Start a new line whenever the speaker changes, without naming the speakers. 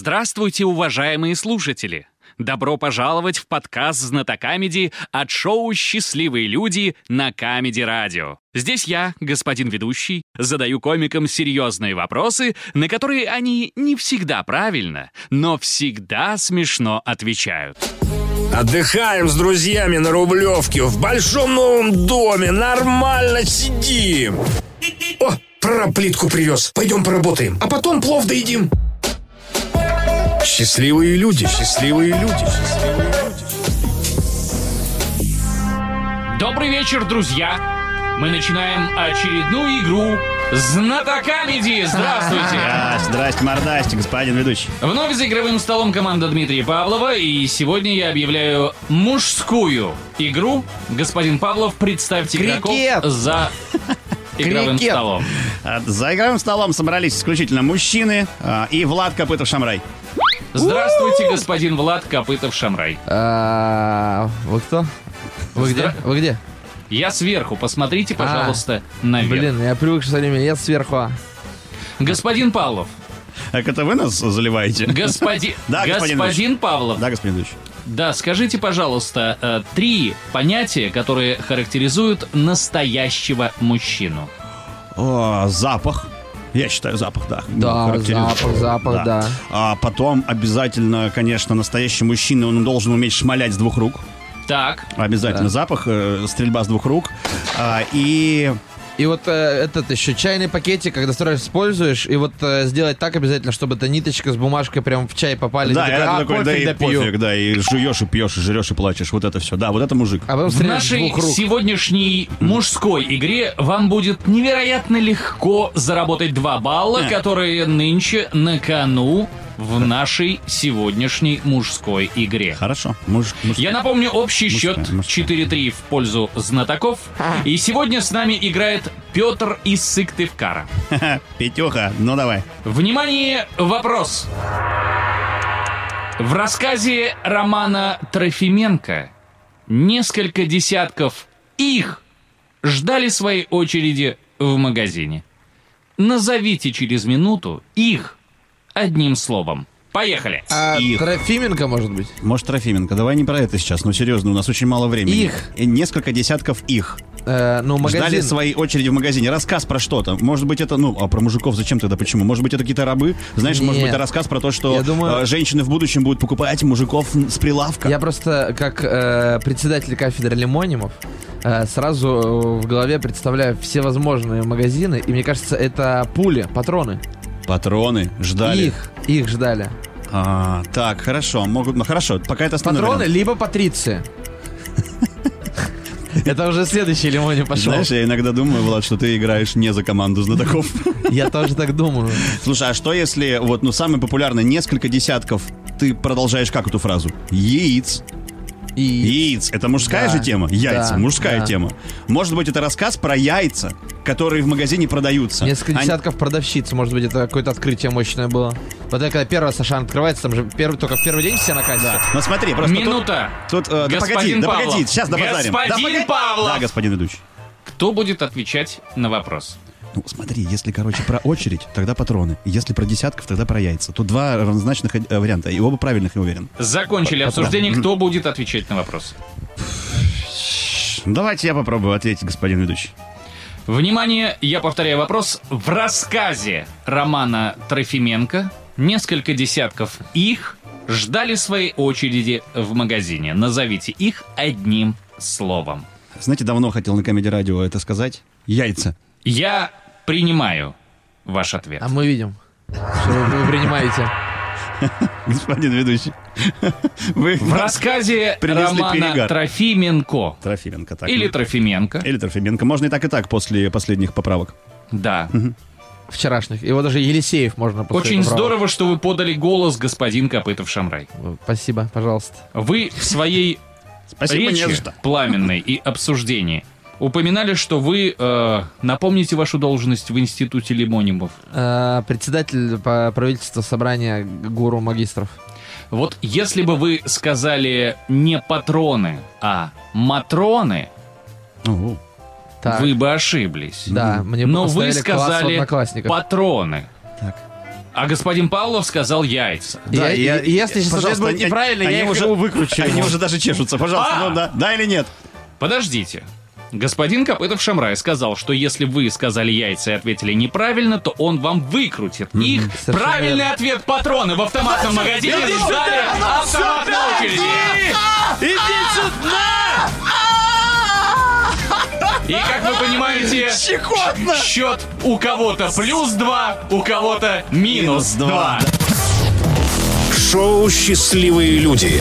Здравствуйте, уважаемые слушатели! Добро пожаловать в подкаст «Знатокамеди» от шоу «Счастливые люди» на Камеди Радио. Здесь я, господин ведущий, задаю комикам серьезные вопросы, на которые они не всегда правильно, но всегда смешно отвечают.
Отдыхаем с друзьями на Рублевке в большом новом доме. Нормально сидим. О, прораб плитку привез. Пойдем поработаем, а потом плов доедим. Счастливые люди, счастливые люди, счастливые люди.
Добрый вечер, друзья! Мы начинаем очередную игру «Знатокамеди». Здравствуйте!
А, здрасте, мордасте, господин ведущий.
Вновь за игровым столом команда Дмитрия Павлова, и сегодня я объявляю мужскую игру. Господин Павлов, представьте игроков
Крикет!
за игровым
Крикет!
столом.
А, За игровым столом собрались исключительно мужчины а, и Влад Копытов-Шамрай.
Здравствуйте, господин Влад Копытов-Шамрай.
А, Вы кто? Вы где?
Здра-
Вы где?
Я сверху, посмотрите, пожалуйста, наверх.
Блин, я привык, что все время я сверху.
Господин Павлов,
Так это вы нас заливаете?
господин,
Да, господин
господин Павлов,
Да, господин ведущий.
Да, скажите, пожалуйста, э, три понятия, которые характеризуют настоящего мужчину.
О, запах. Я считаю, запах, да.
Да,
Характеризует.
запах, запах, да.
А потом обязательно, конечно, настоящий мужчина, он должен уметь шмалять с двух рук.
Так,
Обязательно запах, э, стрельба с двух рук. А, и
И вот э, этот еще чайный пакетик, когда сразу используешь, и вот э, сделать так обязательно, чтобы эта ниточка с бумажкой прям в чай попали.
да,
Ты
я
такой, «А,
такой, да
кофе
и
допью».
пофиг, да, и жуешь, и пьешь, и жрешь, и плачешь. Вот это все. Да, вот это мужик.
А потом
в
стреляешь с
нашей
двух рук.
сегодняшней мужской игре вам будет невероятно легко заработать два балла,
Э.
которые нынче на кону в нашей сегодняшней мужской игре.
Хорошо. Мужик, мужик.
Я напомню, общий счет
Мужская, мужская.
4-3 в пользу знатоков. И сегодня с нами играет Петр из Сыктывкара.
Петюха, ну давай.
Внимание, вопрос. В рассказе романа Трофименко несколько десятков их ждали своей очереди в магазине. Назовите через минуту их одним словом. Поехали.
А,
Их.
Трофименко, может быть?
Может, Трофименко, давай не про это сейчас, ну серьезно, у нас очень мало времени.
Их.
И Несколько десятков их.
Э, ну, магазин.
Ждали своей очереди в магазине. Рассказ про что-то. Может быть, это, ну, а про мужиков зачем тогда, почему? Может быть, это какие-то рабы? Знаешь, может
Нет.
быть, это рассказ про то, что
Я думаю-
э, женщины в будущем будут покупать мужиков с прилавка.
Я просто, как э, председатель кафедры лимонимов, э, сразу э, в голове представляю все возможные магазины, и мне кажется, это пули, патроны.
Патроны ждали.
Их, их ждали.
А, так, хорошо, могут, ну хорошо, пока это остановим.
Патроны, либо патриции. Это уже следующий лимони пошел.
Знаешь, я иногда думаю, Влад, что ты играешь не за команду знатоков.
Я тоже так думаю.
Слушай, а что если, вот, ну, самое популярное, несколько десятков, ты продолжаешь как эту фразу? Яиц.
И
Яиц. Это мужская
Да,
же тема? Яйца.
да,
мужская
да.
тема. Может быть, это рассказ про яйца, которые в магазине продаются.
несколько
Они-
десятков продавщиц, может быть, это какое-то открытие мощное было. Вот это когда первая Сашан открывается, там же первый, только в первый день все на кассе.
Ну смотри, просто тут-
Минута.
тут... э, да погоди,
Господин
да
Павлов.
погоди, сейчас добазарим. Да
Господин
погоди.
Павлов.
Да, господин ведущий.
Кто будет отвечать на вопрос?
Ну смотри, если, короче, про очередь, тогда патроны. Если про десятков, тогда про яйца. Тут два равнозначных э, варианта, и оба правильных, я уверен.
Закончили обсуждение. Кто будет отвечать на вопрос?
Давайте я попробую ответить, господин ведущий.
Внимание, я повторяю вопрос. В рассказе романа Трофименко несколько десятков их ждали своей очереди в магазине. Назовите их одним словом.
Знаете, давно хотел на Комеди Радио это сказать. Яйца.
Я принимаю ваш ответ.
А мы видим, что вы, вы принимаете.
Господин ведущий. Вы...
В рассказе
Принесли
романа
перегар.
Трофименко
Трофименко, так. ну, э,
или Трофименко,
Или Трофименко. Можно и так, и так после последних поправок.
да.
Вчерашних. Его даже Елисеев можно после
Очень
этого
здорово, что вы подали голос, господин Копытов-Шамрай.
брать. Спасибо, пожалуйста.
Вы в своей
Спасибо,
речи
не за что.
пламенной и обсуждении упоминали, что вы э, напомните вашу должность в институте лимонимов.
Э, Председатель по правительству собрания гуру магистров.
Вот если бы вы сказали не патроны, а матроны,
О,
Так,
вы бы ошиблись.
Да, мне бы
Но вы
поставили класс
сказали
одноклассников.
патроны.
Так.
А господин Павлов сказал яйца.
Да,
И-
я-
и- и если сейчас ответ
пожалуйста,
будет
они-
неправильный,
они
я их
уже-
ему выкручу.
Они
его.
уже даже чешутся, пожалуйста, ну да. Да или нет?
Подождите. Господин Копытов Шамрай сказал, что если вы сказали яйца и ответили неправильно, то он вам выкрутит их.
Совершенно
Правильный ответ патроны в автоматном магазине ждали автомат на очереди.
Иди сюда!
И как вы понимаете,
Чекотно!
счет у кого-то плюс 2, у кого-то минус 2.
Шоу «Счастливые люди».